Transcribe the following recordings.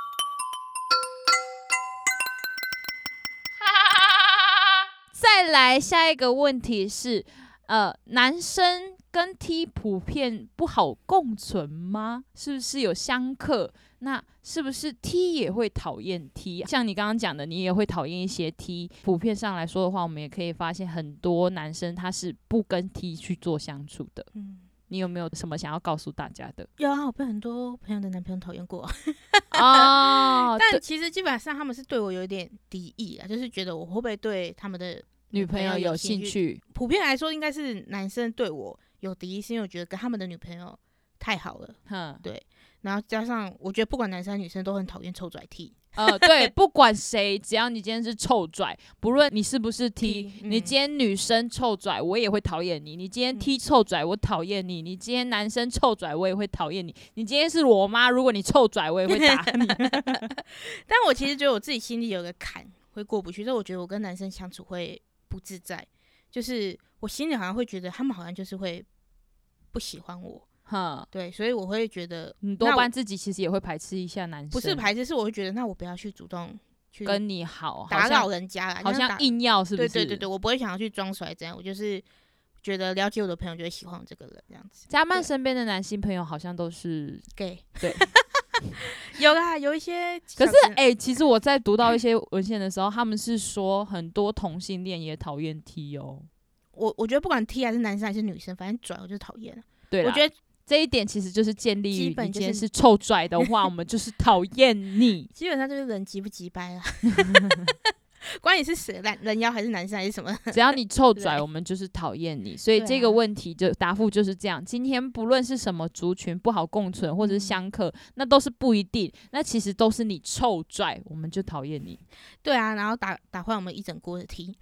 来下一个问题是，呃，男生跟 T 普遍不好共存吗？是不是有相克？那是不是 T 也会讨厌 T？像啊你刚刚讲的，你也会讨厌一些 T。普遍上来说的话，我们也可以发现很多男生他是不跟 T 去做相处的。嗯，你有没有什么想要告诉大家的？有啊，我被很多朋友的男朋友讨厌过啊， 哦，对 但其实基本上他们是对我有一点敌意啊，就是觉得我会不会对他们的女朋友有兴趣，普遍来说，应该是男生对我有敌意，是因为我觉得跟他们的女朋友太好了，哼，对然后加上我觉得不管男生女生都很讨厌臭拽 T，呃，对，不管谁，只要你今天是臭拽，不论你是不是 T， T，你嗯今天女生臭拽，我也会讨厌你；你今天嗯 T 臭拽，我讨厌你；你今天男生臭拽，我也会讨厌你；你今天是我妈，如果你臭拽，我也会打你。 但我其实觉得我自己心里有个坎会过不去，所以我觉得我跟男生相处会不自在，就是我心里好像会觉得他们好像就是会不喜欢我，哼，对，所以我会觉得你多那我半自己其实也会排斥一下男生，不是排斥，是我会觉得那我不要去主动去跟你好，好打扰像人家啦，好就像打硬要，是不对是？对对对，我不会想要去装出来这样，我就是觉得了解我的朋友就会喜欢我这个人这样子。加曼对身边的男性朋友好像都是 gay 对。有啦，有一些小可直是，男，哎、其实我在读到一些文献的时候，他们是说很多同性恋也讨厌 T 哦。我我觉得不管 T 还是男生还是女生，反正拽我就讨厌了。对啦，我觉得这一点其实就是建立于基你本今就天是是臭拽的话，我们就是讨厌 你。基本上就是人急不急掰 啦，管你是谁，人人妖还是男生还是什么， 只要你臭拽，对我们就是讨厌你。所以对这个啊问题就答复就是这样。今天不论是什么族群不好共存，或者嗯是相克，那都是不一定。那其实都是你臭拽，我们就讨厌你。对啊，然后打打坏我们一整锅的 T，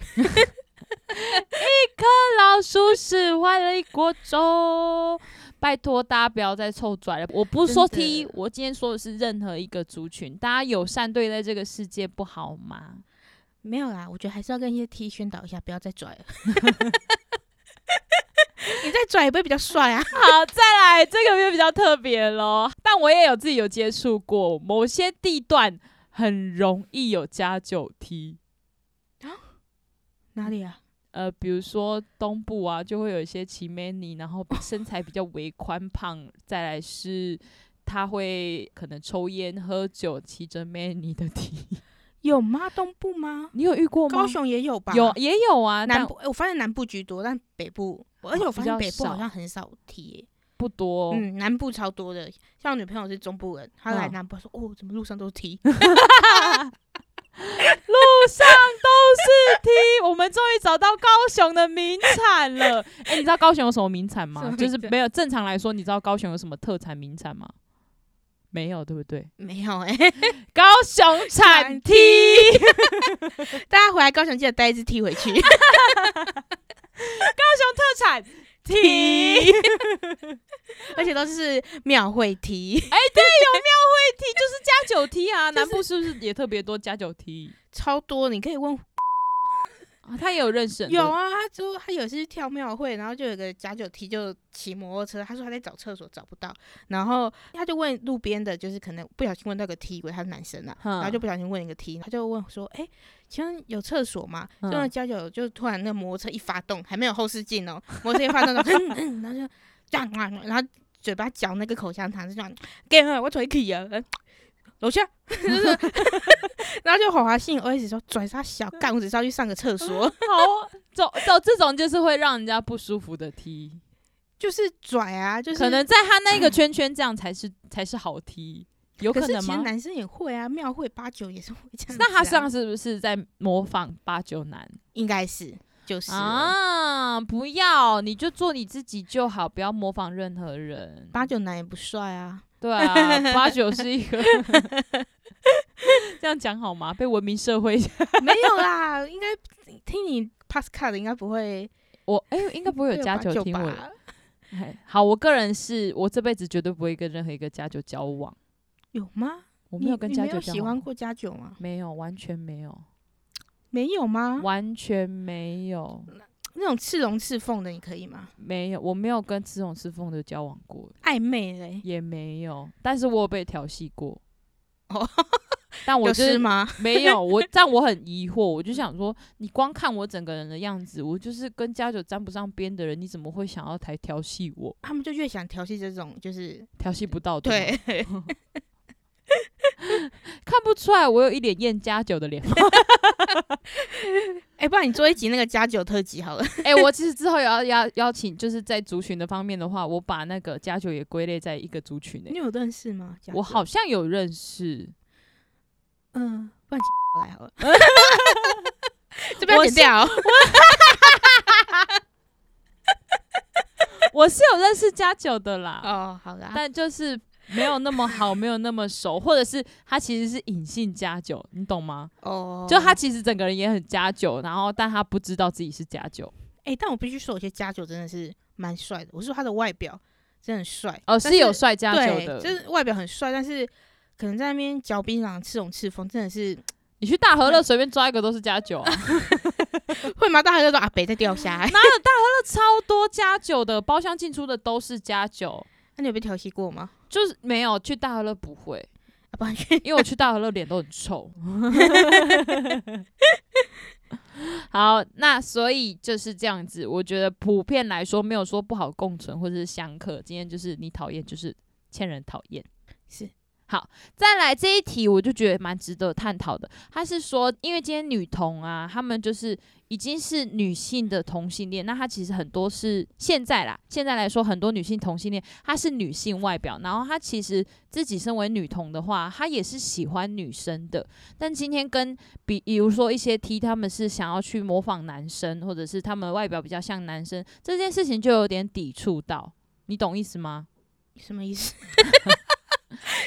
老鼠屎坏了一锅粥。拜托大家不要再臭拽了！我不是说真的 T，我今天说的是任何一个族群，大家友善对待这个世界不好吗？没有啦，我觉得还是要跟一些 T 宣导一下，不要再拽 了。你再拽也不会比较帅啊，好，再来这个就比较特别咯，但我也有自己有接触过，某些地段很容易有加九 T，哪里啊？呃，比如说东部啊，就会有一些奇美尼，然后身材比较微宽胖，再来是他会可能抽烟、喝酒、骑着 many 的 T，有吗？东部吗？你有遇过吗高？雄也有吧？有也有啊，南但部，诶我发现南部居多，但北部，我而且我发比较现北部少好像很哦少提耶、不多哦、嗯，南部超多的。像我女朋友是中部人，她来嗯南部说，哦，怎么路上都是 T？路上都是 T，我们终于找到高雄的名产 了。哎、你知道高雄有什么名产什吗么？就是名产没有正常来说，你知道高雄有什么特产名产吗？没有，对不对？没有哎、高雄产产 T， 大家回来高雄记得带一只 T 回 去。特产 T，而且都是庙会 T， 加九 T 啊，南部是不是也特别多加九 T 超多。你可以问，啊？他也有认识很多有啊，他就他有一次跳庙会，然后就有个假酒 T 就骑摩托车，他说他在找厕所找不到，然后他就问路边的，就是可能不小心问到个 T，以为他是男生啊，哼然后就不小心问一个 T，他就问说：“哎、请问有厕所吗？”嗯就那交友就突然那摩托车一发动，还没有后视镜哦，摩托车一发动，嗯嗯，然后就这样，然后嘴巴嚼那个口香糖，就这样，给我我腿起啊，嗯楼下，就是 然后就滑滑性 OS 说拽他小干，我只是要去上个厕所，好啊走走，这种就是会让人家不舒服的 T，就是拽啊，就是可能在他那个圈圈这样才是才是好 T，有可可是能其吗实？男生也会啊，庙会八九也是会这样、啊那他上是不是在模仿八九男应该是就是了啊？不要，你就做你自己就好，不要模仿任何人。八九男也不帅啊，对啊，八九是一 个这样讲好吗？被文明社 会，没有啦，应该听你 Pascal 的应该不会我哎、应该不会有加九九听我的。吧？哎好，我个人是我这辈子绝对不会跟任何一个加九交往，有吗？我你没有跟你加没九有交喜欢往，过啊加九吗？没有，完全没有，没有吗？完全没有，那种赤龙赤凤的你可以吗？没有，我没有跟雌雄雌凤的交往过，暧昧嘞，也没有，但是我有被调戏过。但我哦 有就事是吗？没有我，但我很疑惑，我就想说，你光看我整个人的样子，我就是跟家酒沾不上边的人，你怎么会想要来调戏我？他们就越想调戏这种，就是调戏不到，吗，对， 看不出来我有一脸厌家酒的脸 吗？哎、不然你做一集那个加酒特辑好了。 哎、我其实之后也要邀邀请，就是在族群的方面的话，我把那个家酒也归类在一个族群内、你有认识吗？加我酒，好像有认 识，嗯，不然请来好了。 这边要剪掉哦，我是有认识家酒的啦。哦，好啦，但就是没有那么好，没有那么熟，或者是他其实是隐性加酒，你懂吗？哦，就他其实整个人也很加酒，然后但他不知道自己是加酒，哎、但我必须说，有些加酒真的是蛮帅的。我是说他的外表真的很帅，哦，但是有帅加酒对，的。就是外表很帅，但是可能在那边嚼槟榔、吃龙吃风，真的是 你去大和乐随便抓一个都是加酒、 啊，会吗？大家就说阿北在钓虾、 欸。哪有大和乐超多加酒的，包厢进出的都是加酒，那你有被调戏过吗？就是没有去大和乐不会，啊，不然去因为我去大和乐脸都很 臭。好，那所以就是这样子。我觉得普遍来说，没有说不好共存或者是相克。今天就是你讨厌，就是欠人讨厌。是好，再来这一题，我就觉得蛮值得探讨的。他是说，因为今天女同啊，他们就是已经是女性的同性恋，那她其实很多是现在啦，现在来说，很多女性同性恋，她是女性外表，然后她其实自己身为女同的话，她也是喜欢女生的。但今天跟比，比如说一些 T，他们是想要去模仿男生，或者是他们外表比较像男生，这件事情就有点抵触到，你懂意思吗？什么意思？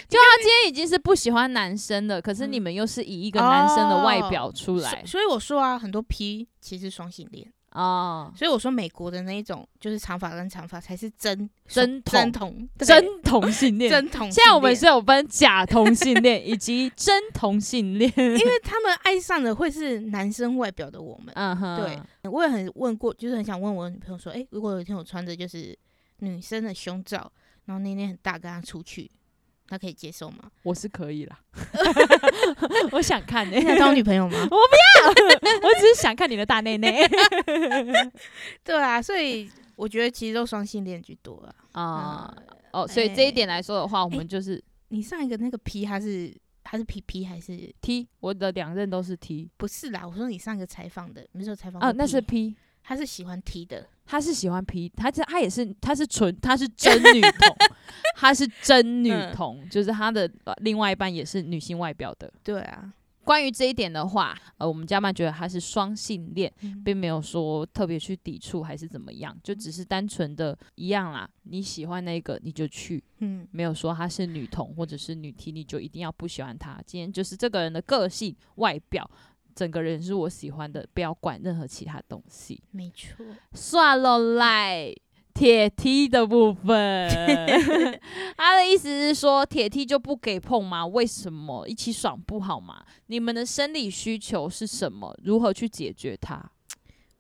今天已经是不喜欢男生了，可是你们又是以一个嗯男生的哦外表出来所所以我说啊，很多 P 其实是双性恋，啊，所以我说美国的那一种就是长发跟长发才是真真同真同对真同性恋。 真同性恋。现在我们是有分假同性恋以及真同性恋，因为他们爱上的会是男生外表的我们。嗯哼，对，我也很问过，就是很想问我女朋友说，诶，如果有一天我穿着就是女生的胸罩，然后那天很大跟她出去，她可以接受吗？ 我是可以啦， 我想看、 欸，你想当我女朋友吗？我只是想看你的大内内 对啊，所以我觉得其实都双性恋居多啊。 啊。哎嗯哦，所以这一点来说的话，我们就是你上一个那个 P 他是他是 PP 还是 T，我的两任都是 T 不是啦？我说你上一个采访的，你说采访啊，过那 P 是 P，他哦是喜欢 T 的，他是喜欢 P，他这他也是他是纯他是真女 同，他是真女同，就是他的呃另外一半也是女性外表的。对啊，关于这一点的话，呃，我们家曼觉得他是双性恋，嗯并没有说特别去抵触还是怎么样，就只是单纯的一样啦。你喜欢那个你就去，嗯没有说她是女同或者是女 T，你就一定要不喜欢她。今天就是这个人的个性、外表，整个人是我喜欢的，不要管任何其他东西。没错，算了来，铁 T 的部分， 他的意思是说铁 T 就不给碰吗？为什么一起爽不好吗？你们的生理需求是什么？如何去解决它？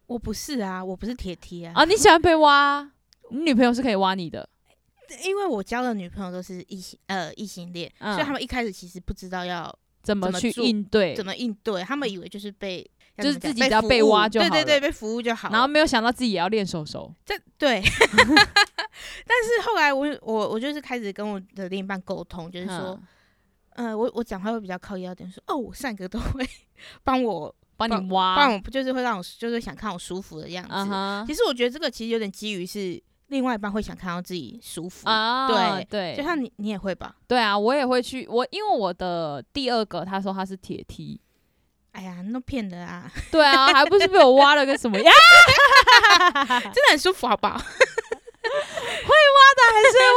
我不是啊，我不是铁 T 啊，啊，你喜欢被挖，你女朋友是可以挖你的。因为我交的女朋友都是异性呃异性恋，嗯所以他们一开始其实不知道要怎么怎么去做应对？嗯怎么应对，他们以为就是被要就是怎自么己讲只要服被务挖就好对了对对，被服务就好了。然后没有想到自己也要练手手。这 对，但是后来我我我就是开始跟我的另一半沟通，就是说，嗯呃，我我讲话会比较靠腰点，说哦，我上一个都会帮我，帮帮你挖，帮我就是会让我就是想看我舒服的样啊嗯子。哼其实我觉得这个其实有点基于是另外一半会想看到自己舒服，啊，对对，就像你你也会吧？对啊，我也会去，我因为我的第二个他说他是铁梯，哎呀，那骗的啊，对啊，还不是被我挖了个什么 呀？真的很舒服，好不好？还是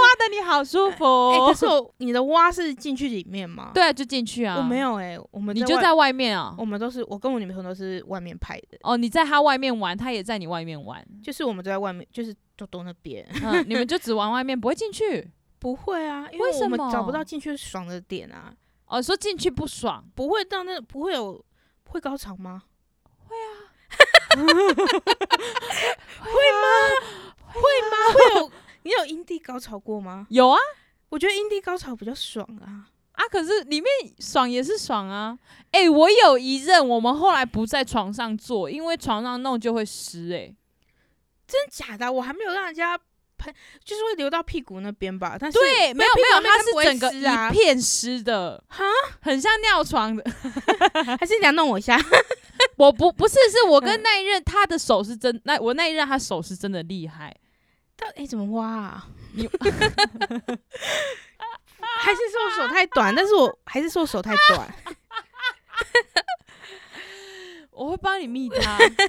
挖的你好舒哎、服可是我你的蛙是进去里面吗？、对啊，就进去啊，我没，有哎、我们你就外在外面啊。我们都是我跟我女朋友都是外面拍的，哦，你在他外面玩，他也在你外面玩，就是我们都在外面，就是都都那边。嗯，你们就只玩外面，不会进去。不会啊，因为为什我们找么不到进去爽的点啊，哦，说进去不爽，不会到那不会有会高潮吗？ 啊会啊，会吗？会吗？会有你有阴蒂高潮过吗？有啊我觉得阴蒂高潮比较爽啊，啊，可是里面爽也是爽啊。哎、我有一任，我们后来不在床上做，因为床上弄就会湿、欸。真假的？我还没有让人家喷，就是会流到屁股那边吧？但是对，没有屁股没有，那边它它不会是整个湿啊一片湿的，哈，很像尿床的。还是你要弄我一下？ 我不不是，是我跟那一任，他的手是真，那我那一任他手是真的厉害。到哎、怎么挖、啊？你还是说我手太短？但是我还是说我手太短。 我会帮你密他， 因为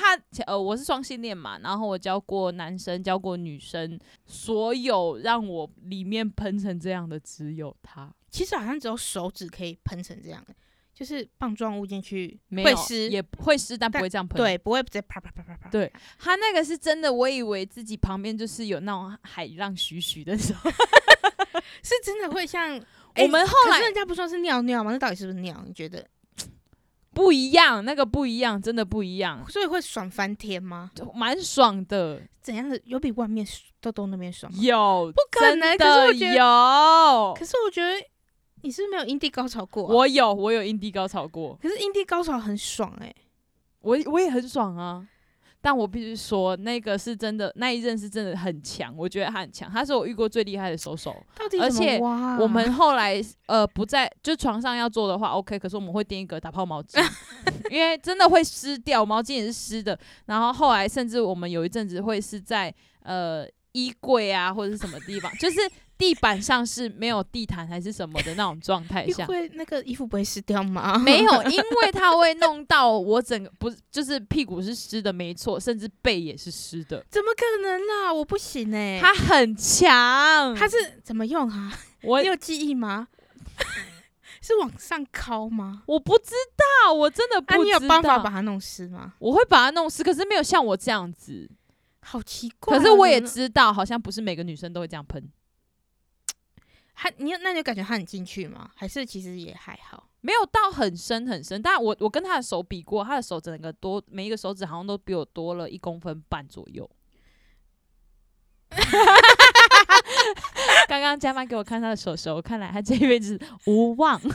他呃，我是双性恋嘛，然后我教过男生，教过女生，所有让我里面喷成这样的只有他，其实好像只有手指可以喷成这样的，就是棒状物进去没会有湿，也会湿，但不但会这样喷。，对，不会直接啪啪啪啪啪。对他那个是真的，我以为自己旁边就是有那种海浪徐徐的时候，。是真的会像我们后可是来人家不说是尿尿吗？那到底是不是尿？你觉得？不一样，那个不一样，真的不一样，所以会爽翻天吗？就蛮爽的。怎样的有比外面痘痘那边爽吗？有，不可能可是我觉得有，可是我觉得你是不是没有阴蒂高潮过啊、我有，我有阴蒂高潮过，可是阴蒂高潮很爽哎、我我也很爽啊。但我必须说，那个是真的，那一任是真的很强，我觉得他很强，他是我遇过最厉害的手手。到底而怎么且挖啊我们后来呃不在，就床上要做的话 OK，可是我们会垫一个打泡毛巾， 因为真的会湿掉，毛巾也是湿的。然后后来甚至我们有一阵子会是在呃衣柜啊或者是什么地方， 就是地板上是没有地毯还是什么的那种状态衣下，柜那个衣服不会湿掉吗？没有，因为它会弄到我整个不是就是屁股是湿的，没错，甚至背也是湿的。 怎么可能啊？我不行哎、它很强，它是怎么用啊？嗯我你有记忆吗？ 是往上靠吗？我不知道，我真的不啊，知道。你有办法把它弄湿吗？我会把它弄湿，可是没有像我这样子。好奇怪啊、可是我也怎么知道，好像不是每个女生都会这样喷。还你那你有感觉它很进去吗？还是其实也还好？没有到很深很深，但我我跟他的手比过，他的手整个多每一个手指好像都比我多了一公分半左右。 刚刚加班给我看他的手手，看来他这辈子无 望。你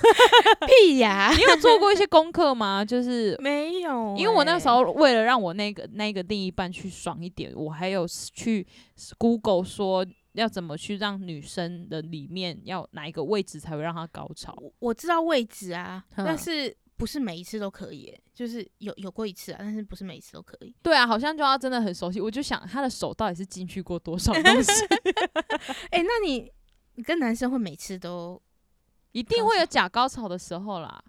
屁呀、有做过一些功课吗？就是没有 欸、因为我那时候为了让我那个那个另一半去爽一点，我还有去 Google 说要怎么去让女生的里面要哪一个位置才会让她高潮。我我知道位置啊，嗯但是不是每一次都可以欸、就是有有过一次啊，但是不是每一次都可以。对啊，好像就要真的很熟悉。我就想她的手到底是进去过多少东西，哎、那你你跟男生会每次都一定会有假高潮的时候啦。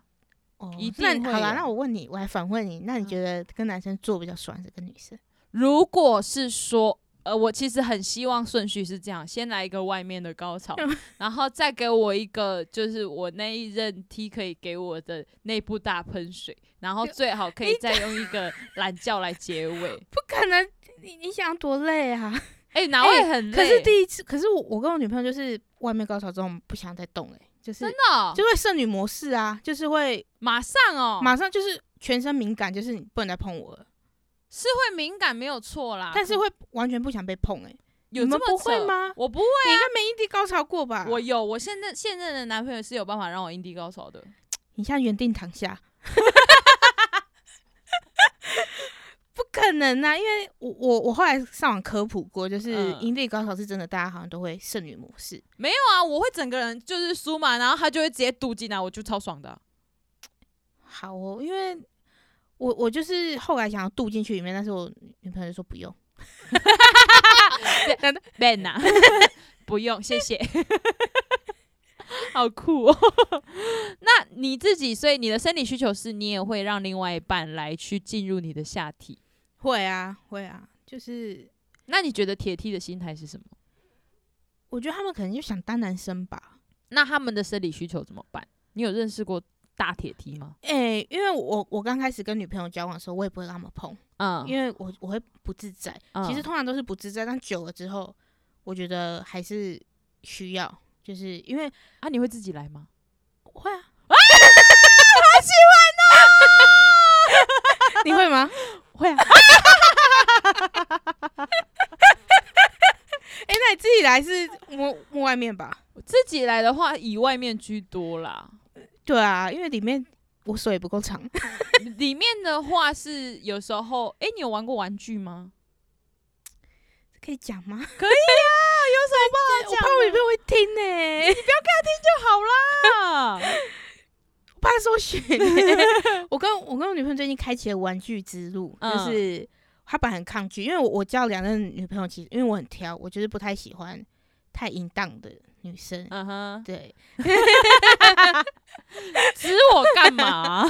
哦？一那定你会好啦，有那我问你，我还反问你，那你嗯觉得跟男生做比较爽，还是跟女生？如果是说，呃，我其实很希望顺序是这样：先来一个外面的高 潮，然后再给我一个，就是我那一任 T 可以给我的内部大喷水，然后最好可以再用一个懒觉来结尾。 不可能，你你想多累啊？哎、哪会很累？ 可是第一次，可是我我跟我女朋友就是外面高潮之后我们不想再动哎、就是真的哦、就会剩女模式啊，就是会马上哦，马上就是全身敏感，就是你不能再碰我了，是会敏感没有错啦，但是会完全不想被碰哎、啊有你这们么不会扯？吗？啊我不会，你应该没异地高潮过吧？我有，我现任现任的男朋友是有办法让我阴蒂高潮的。你像原地躺 下，不可能啊！因为我我我后来上网科普过，就是嗯阴蒂高潮是真的，大家好像都会剩女模式。没有啊，我会整个人就是输嘛，然后他就会直接堵进来，我就超爽的啊、好哦，因为我我就是后来想要渡进去里面，但是我女朋友就说不用。 Ben 啊， 不用，谢谢。好酷哦！ 那你自己，所以你的生理需求是你也会让另外一半来去进入你的下体。会啊，会啊，就是那你觉得铁 T 的心态是什么？我觉得他们可能就想当男生吧。那他们的生理需求怎么办？你有认识过大铁 T 吗？诶、因为我我刚开始跟女朋友交往的时候，我也不会让他们碰，嗯，因为我我会不自在。嗯其实通常都是不自在，但久了之后，我觉得还是需要，就是因为 啊，你会自己来吗？会啊， 好喜欢哦！ 你会吗？会啊，诶、那你自己来是摸摸外面吧？自己来的话，以外面居多啦。对啊，因为里面我手也不够长，里面的话是有时候，诶，你有玩过玩具吗？可以讲吗？啊有我怕我女朋友会听呢、就好啦。啊我怕搜寻欸、 我跟我跟我女朋友最近开启了玩具之路，嗯就是她本来很抗拒，因为我我交两任女朋友，其实因为我很挑，我就是不太喜欢太淫荡的女生。嗯哼，对 指我干 嘛？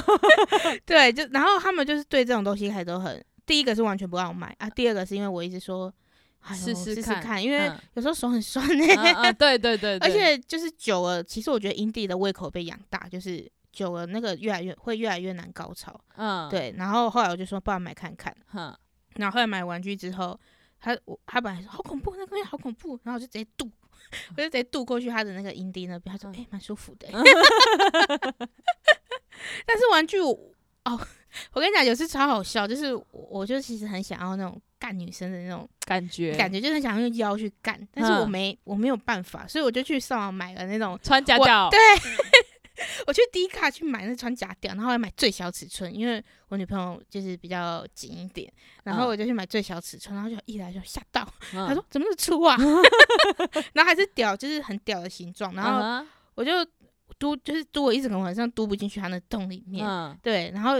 对，就然后他们就是对这种东西还都很，第一个是完全不让我买啊，第二个是因为我一直说，哎呦试试试试看看，因为嗯有时候手很酸呢、 嗯嗯对对对，对而且就是久了，其实我觉得阴蒂的胃口被养大，就是久了那个越来越会越来越难高潮。嗯，对，然后后来我就说，不然买看看。哼，然后后来买玩具之后，他我他本来说好恐怖，那个东西好恐怖，然后我就直接渡， 我就直接渡过去他的那个阴蒂那边，他说嗯哎、诶蛮舒服的、 但是玩具我哦，我跟你讲，有次超好笑，就是我我就其实很想要那种干女生的那种感觉感觉，就是很想用腰去干，但是我嗯没、我没有办法，所以我就去上网买了那种穿夹我脚，对，我去迪卡去买那穿假屌，然后还买最小尺寸，因为我女朋友就是比较紧一点，然后嗯我就去买最小尺寸，然后就一来就吓到，嗯她说怎么那么粗啊？ 然后还是屌，就是很屌的形状，然后嗯我就嘟，就是嘟我一整个晚上嘟不进去她那洞里哼面，嗯，对，然后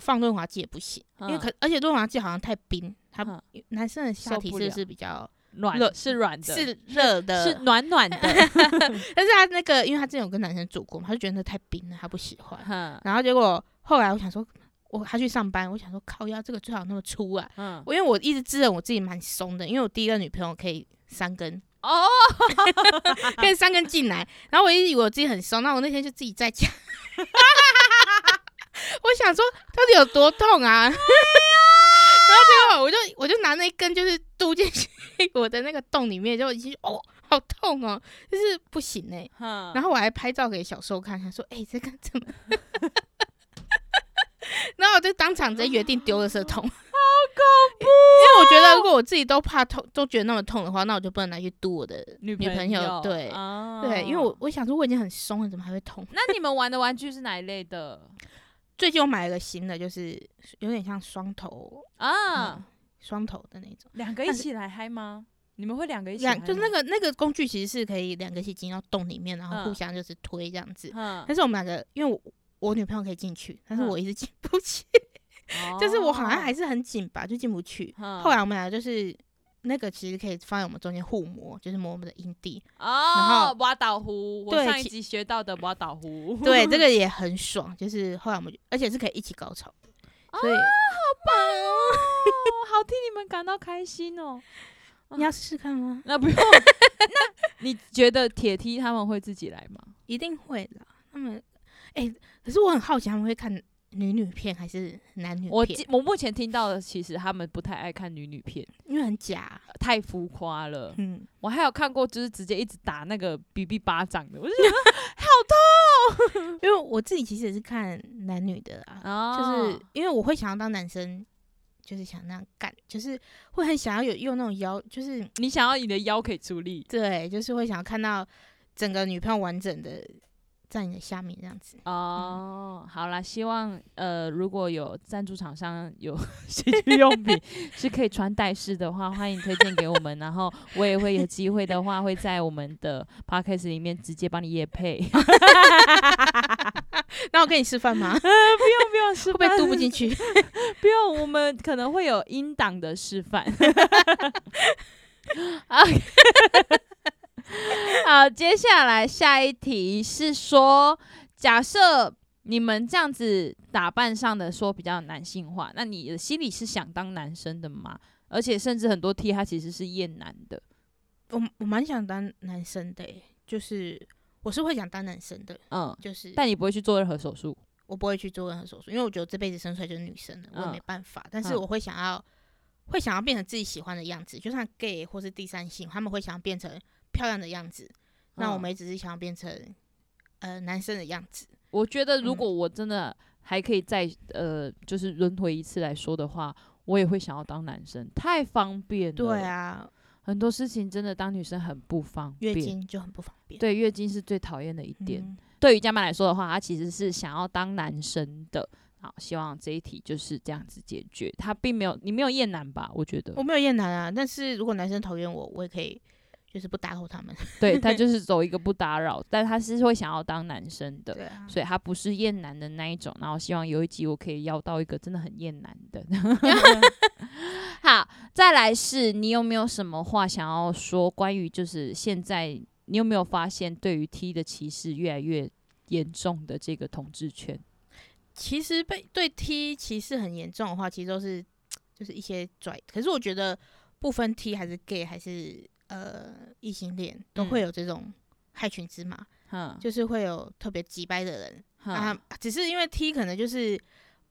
放润滑剂也不行，因为嗯可而且润滑剂好像太冰，它嗯男生的下受体不是不了是比较热软是软的，是热的？是暖暖 的，但是他那个，因为他之前有跟男生做过嘛，他就觉得那太冰了，他不喜欢。哼然后结果后来我想说，我他去上班，我想说靠腰这个最好那么粗啊，嗯，我因为我一直自认我自己蛮松的，因为我第一个女朋友可以三根，哦，可以三根进来，然后我一直以为我自己很松，那我那天就自己在家， 我想说到底有多痛啊， 然后结果我就我就拿那一根就是嘟进去我的那个洞里面，就已经哦好痛哦，就是不行哎、哼然后我还拍照给小受看，他说：“哎、这个怎么？” 然后我就当场直接决定丢了圾 桶，好恐怖、哦因为我觉得如果我自己都怕痛，都觉得那么痛的话，那我就不能拿去嘟我的女朋朋友。对、哦对，因为我我想说我已经很松了，怎么还会痛？ 那你们玩的玩具是哪一类的最近我买了个新的，就是有点像双头，嗯啊？，双头的那种，两个一但是起来嗨吗？你们会两个一起嗨两吗？就那个那个工具其实是可以两个一起进到洞里面，然后嗯互相就是推这样子。嗯，但是我们两个，因为我我女朋友可以进去，但是嗯我一直进不去。 哦 就是我好像还是很紧吧，就进不去。嗯后来我们俩就是那个其实可以放在我们中间互磨，就是磨我们的阴 蒂。哦后，挖岛湖，我对上一其集学到的挖岛湖，对，这个也很爽。就是后来我们就，而且是可以一起高潮的，所以、棒哦，好替你们感到开心哦。你要试试看吗？ 那不用，那你觉得铁梯他们会自己 来吗？一定会的。他们，哎、可是我很好奇，他们会看女女片还是男女我记片？我目前听到的，其实他们不太爱看女女片， 因为很假。呃太浮夸了。嗯，我还有看过，就是直接一直打那个 BB 巴掌的，我就觉得因为我自己其实也是看男女的啊，啊就是因为我会想要当男生，就是想那样干，就是会很想要有用那种腰，就是你想要你的腰可以出力对，就是会想要看到整个女朋友完整的在你的下面这样子。哦。好啦，希望呃，如果有赞助厂商有 喜剧用品是可以穿戴式的话，欢迎推荐给我们。然后我也会有机会的话，会在我们的 podcast 里面直接帮你夜配。 那我给你示范吗？ 会不用示不会嘟不 进去？不用，我们可能会有音档的示 范。啊， 好，接下来下一题是说，假设你们这样子打扮上的说比较男性化，那你的心里是想当男生的吗？而且甚至很多 T 他其实是厌男的，我我蛮想当男生的欸、就是我是会想当男生的，嗯，就是但你不会去做任何手术，我不会去做任何手术，因为我觉得我这辈子生出来就是女生了，我也嗯没办法。但是嗯我会想要，会想要变成自己喜欢的样子，就算 gay 或是第三性，他们会想要变成漂亮的样子，那我嗯们也只是想要变成呃男生的样子。我觉得如嗯果我真的还可以再呃，就是轮回一次来说的话，我也会想要当男生，太方便了。对啊，很多事情真的当女生很不方月便。经就很不方便。对月经是最讨厌的一点。嗯对于家曼来说的话，她其实是想要当男生的。好，希望这一题就是这样子解决。她并没有，你没有厌男吧？我觉得我，没有厌男啊，但是如果男生讨厌我，我也可以就是不打扰他们。对 她就是走一个不打扰，但她是会想要当男生的。对 啊，所以她不是厌男的那一种，然后希望有一集我可以要到一个真的很厌男的。好，再来是你有没有什么话想要说？关于就是现在，你有没有发现对于 T 的歧视越来越严重的这个统治圈？其实被对 T 歧视很严重的话，其实都是就是一些拽。可是我觉得不分 T 还是 gay 还是呃异性恋，都嗯会有这种害群之马，哼，就是会有特别急掰的人哼啊。只是因为 T 可能就是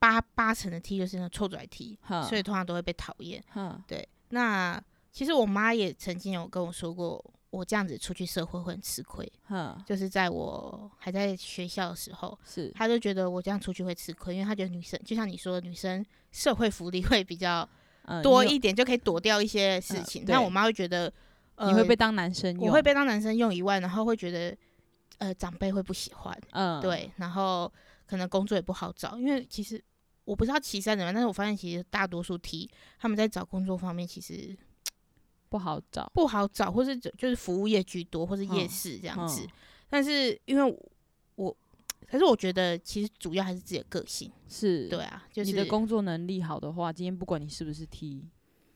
八八成的 T 就是那种臭拽 T，哼所以通常都会被讨厌。哼对，那其实我妈也曾经有跟我说过，我这样子出去社会会很吃亏，哼，就是在我还在学校的时候，是她就觉得我这样出去会吃亏，因为她觉得女生就像你说，的，女生社会福利会比较嗯多你有一点，就可以躲掉一些事呃情。对但我妈会觉得，呃，你会被当男生用，我会被当男生用以外，然后会觉得，呃，长辈会不喜欢，嗯，对，然后可能工作也不好找，因为其实我不知道岐山怎么样，但是我发现其实大多数 T 他们在找工作方面其实不好找，不好找，或是就就是服务业居多，或是夜嗯市这样嗯子。但是因为我我，可是我觉得其实主要还是自己的个性，是对，啊，就是你的工作能力好的话，今天不管你是不是 T，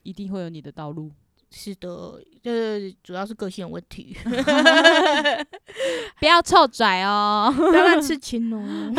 一定会有你的道路。是的，就是主要是个性有问题， 不要臭拽哦。当然是青龙。啊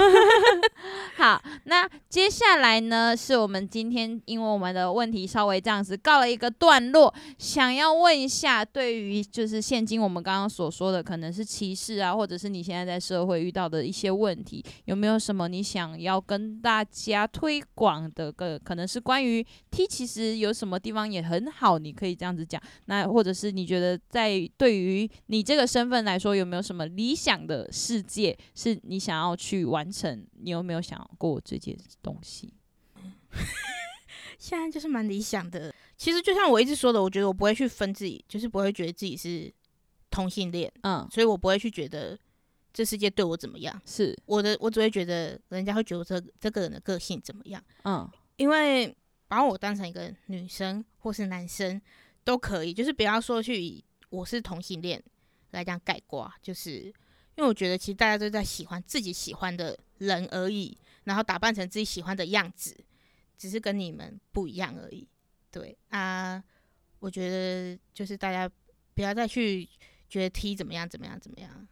好，那接下来呢，是我们今天因为我们的问题稍微这样子告了一个段落，想要问一下，对于就是现今我们刚刚所说的可能是歧视啊，或者是你现在在社会遇到的一些问题，有没有什么你想要跟大家推广的个，可能是关于 T 其实有什么地方也很好，你可以这样子讲。那或者是你觉得在对于你这个身份来说，有没有什么理想的世界是你想要去完成？你有没有想过这件东西？现在就是蛮理想的。其实就像我一直说的，我觉得我不会去分自己，就是不会觉得自己是同性恋，嗯，所以我不会去觉得这世界对我怎么样。是，我的我只会觉得人家会觉得我这这个人的个性怎么样，嗯因为把我当成一个女生或是男生都可以，就是不要说去以我是同性恋来讲概括，就是因为我觉得其实大家都在喜欢自己喜欢的人而已，然后打扮成自己喜欢的样子，只是跟你们不一样而已。对啊，我觉得就是大家不要再去觉得 T 怎么样怎么样怎么样，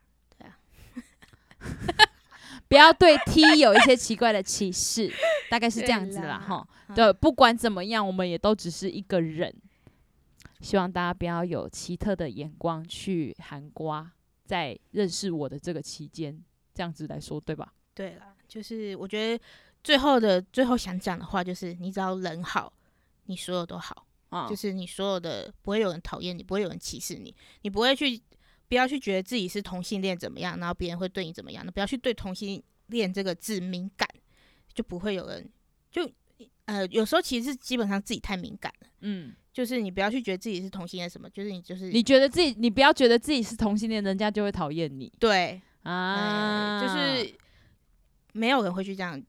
不要对 T 有一些奇怪的歧视，大概是这样子啦，对啦哈。对，不管怎么样，我们也都只是一个人。希望大家不要有奇特的眼光去含瓜，在认识我的这个期间，这样子来说，对吧？对啦，就是我觉得最后的最后想讲的话就是，你只要人好，你所有都好，啊、就是你所有的不会有人讨厌你，不会有人歧视你，你不会去不要去觉得自己是同性恋怎么样，然后别人会对你怎么样，不要去对同性恋这个字敏感，就不会有人就呃有时候其实是基本上自己太敏感了，嗯，就是你不要去觉得自己是同性恋什么，就是你就是你觉得自己，你不要觉得自己是同性恋，人家就会讨厌你对啊、啊，就是没有人会去这样。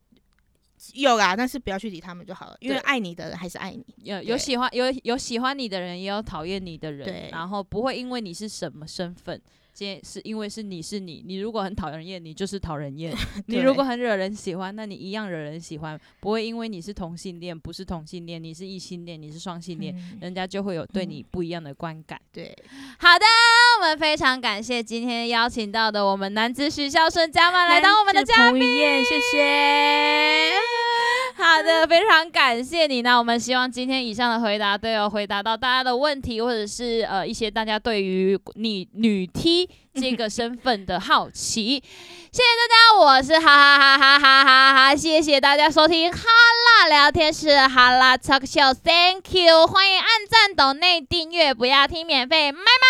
有啦，但是不要去理他们就好了，因为对爱你的人还是爱你。有有对喜欢有有喜欢你的人，也有讨厌你的人对，然后不会因为你是什么身份。今天是因为是你是你，你如果很讨人厌，你就是讨人 厌；你对如果很惹人喜欢，那你一样惹人喜欢。不会因为你是同性恋，不是同性恋，你是异性恋，你是双性恋，嗯人家就会有对你不一样的观感。对，嗯好的，我们非常感谢今天邀请到的我们男子许孝顺家曼来当我们的嘉宾，谢谢。好的，非常感谢你。那我们希望今天以上的回答都有回答到大家的问题，或者是呃一些大家对于你女 T 这个身份的好奇。谢谢大家，我是哈哈哈哈哈哈哈，谢谢大家收听哈啦聊天室哈啦 talk show，Thank you，欢迎按赞、抖内、订阅，不要听免费，拜拜。